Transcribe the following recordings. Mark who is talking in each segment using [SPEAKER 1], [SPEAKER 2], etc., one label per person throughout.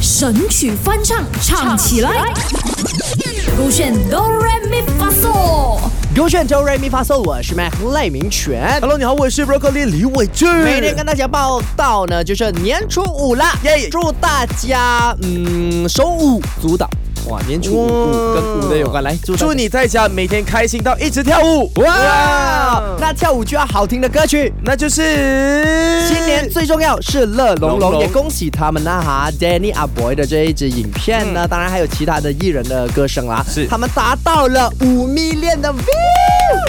[SPEAKER 1] 神曲翻唱，唱起来。勾选哆来咪发嗦，
[SPEAKER 2] 勾选周瑞咪发售，我是 Mac 赖明全。
[SPEAKER 3] Hello，你好，我是 Broccoli 李伟俊。
[SPEAKER 2] 每天跟大家报道呢，就是年初五啦，
[SPEAKER 3] 耶
[SPEAKER 2] 祝大家嗯手舞足蹈。哇，年初五
[SPEAKER 3] 哇
[SPEAKER 2] 五跟舞的有关，来祝大家
[SPEAKER 3] 祝你在家每天开心到一直跳舞。
[SPEAKER 2] 哇
[SPEAKER 3] 哇，！
[SPEAKER 2] 那跳舞就要好听的歌曲。
[SPEAKER 3] 那就是
[SPEAKER 2] 今年最重要是乐融
[SPEAKER 3] 龙
[SPEAKER 2] 融，
[SPEAKER 3] 龙
[SPEAKER 2] 也恭喜他们啦哈！Danny 阿 boy 的这一支影片呢，当然还有其他的艺人的歌声啦，
[SPEAKER 3] 嗯是
[SPEAKER 2] 他们达到了五 million 的 view。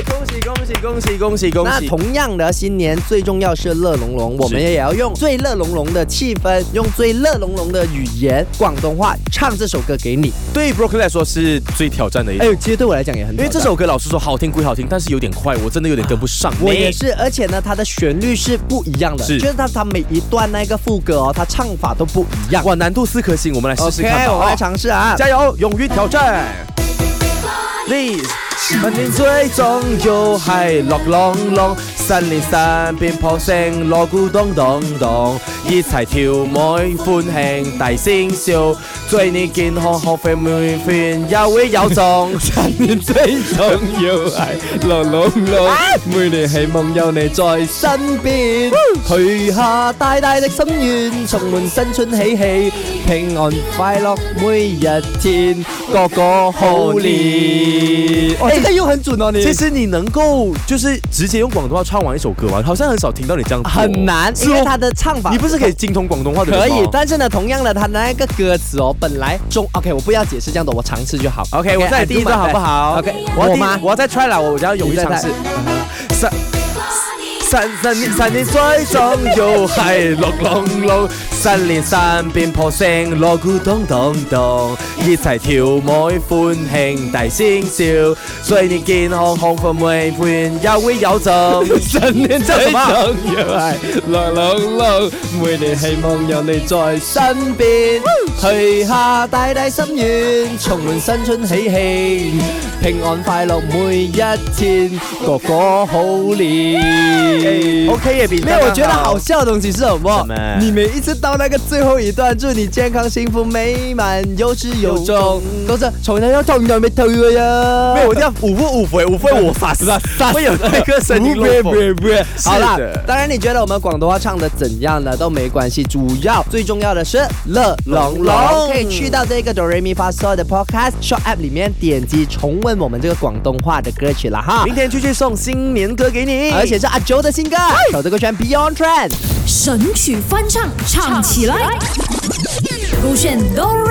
[SPEAKER 3] 恭喜恭喜恭喜恭喜恭
[SPEAKER 2] 那
[SPEAKER 3] 喜！
[SPEAKER 2] 同样的，新年最重要是乐融融，我们
[SPEAKER 3] 是
[SPEAKER 2] 也要用最乐融融的气氛，用最乐融融的语言广东话唱这首歌给你。
[SPEAKER 3] 对 Broccoli 来说是最挑战的一
[SPEAKER 2] 哎
[SPEAKER 3] 首，
[SPEAKER 2] 呦，其实对我来讲也很，啊
[SPEAKER 3] 因为这。首歌老实说好听归好听，但是有点快，我真的有点跟不上。
[SPEAKER 2] 我也是，而且呢，它的旋律是不一样的，
[SPEAKER 3] 是
[SPEAKER 2] 就是它它每一段那个副歌哦，它唱法都不一样。
[SPEAKER 3] 哇，难度四颗星，我们来试试
[SPEAKER 2] OK，
[SPEAKER 3] 看吧。
[SPEAKER 2] 我们来
[SPEAKER 3] 哦
[SPEAKER 2] 尝试啊。
[SPEAKER 3] 加油，勇于挑战。Please，文年最重要係樂朗朗，新年新變破聲，鑼鼓咚咚咚，一齊跳舞歡慶大聲笑，祝你健康學費每份有會有中。新年最重要係樂朗朗，
[SPEAKER 2] 啊
[SPEAKER 3] 每年希望有你在
[SPEAKER 2] 身边，许下大大的心愿，充满新春喜氣，平安快樂每一天，個個好年。
[SPEAKER 3] 哇
[SPEAKER 2] 哎，这个又很准哦，你
[SPEAKER 3] 其实你能够就是直接用广东话唱完一首歌吗？好像很少听到你这样做
[SPEAKER 2] 很难，
[SPEAKER 3] 是
[SPEAKER 2] 因为
[SPEAKER 3] 哦
[SPEAKER 2] 它的唱法
[SPEAKER 3] 你不是可以精通广东话的
[SPEAKER 2] 可
[SPEAKER 3] 人吗
[SPEAKER 2] 以，但是呢，同样的，它那个歌词哦，本来中 OK，我不要解释这样的，我尝试就好。
[SPEAKER 3] OK，我再第一段好不好
[SPEAKER 2] ？OK，
[SPEAKER 3] 我要
[SPEAKER 2] 我
[SPEAKER 3] 第
[SPEAKER 2] 吗？
[SPEAKER 3] 我要再 try 了，我我要勇于
[SPEAKER 2] 你再
[SPEAKER 3] 尝试。三三三年三年最重要係樂朗朗，新年三變破聲，鑼鼓咚咚咚，一齊跳舞歡慶大聲笑，歲年健康幸福每伴有 會有贈。新年叫什麼？
[SPEAKER 2] 身邊許下大大心願，重滿新春喜氣，平安快樂每一天，個個好年。
[SPEAKER 3] OK 也比
[SPEAKER 2] 没有，我觉得好笑的东西是什么
[SPEAKER 3] 什么？
[SPEAKER 2] 你每一次到那个最后一段，祝你健康、幸福、美满、有始有终，都是从头到痛到没头了呀。
[SPEAKER 3] 哦没有，我这样五步五回，五回我发誓，会有那个声音
[SPEAKER 2] 啊不会 不会
[SPEAKER 3] 不会，
[SPEAKER 2] 好
[SPEAKER 3] 好
[SPEAKER 2] 啦
[SPEAKER 3] 啦，，
[SPEAKER 2] 当然你觉得我们广东话唱的怎样呢？都没关系，主要最重要的是乐融
[SPEAKER 3] 龙
[SPEAKER 2] 融，
[SPEAKER 3] 龙
[SPEAKER 2] 可以去到这个哆瑞咪发嗦的 Podcast Shop App 里面点击重温我们这个广东话的歌曲了哈，
[SPEAKER 3] 明天继续送新年歌给你，
[SPEAKER 2] 而且是阿周的新歌，走这个圈 Beyond Trend。
[SPEAKER 1] 神曲翻唱，唱起来。勾选哆来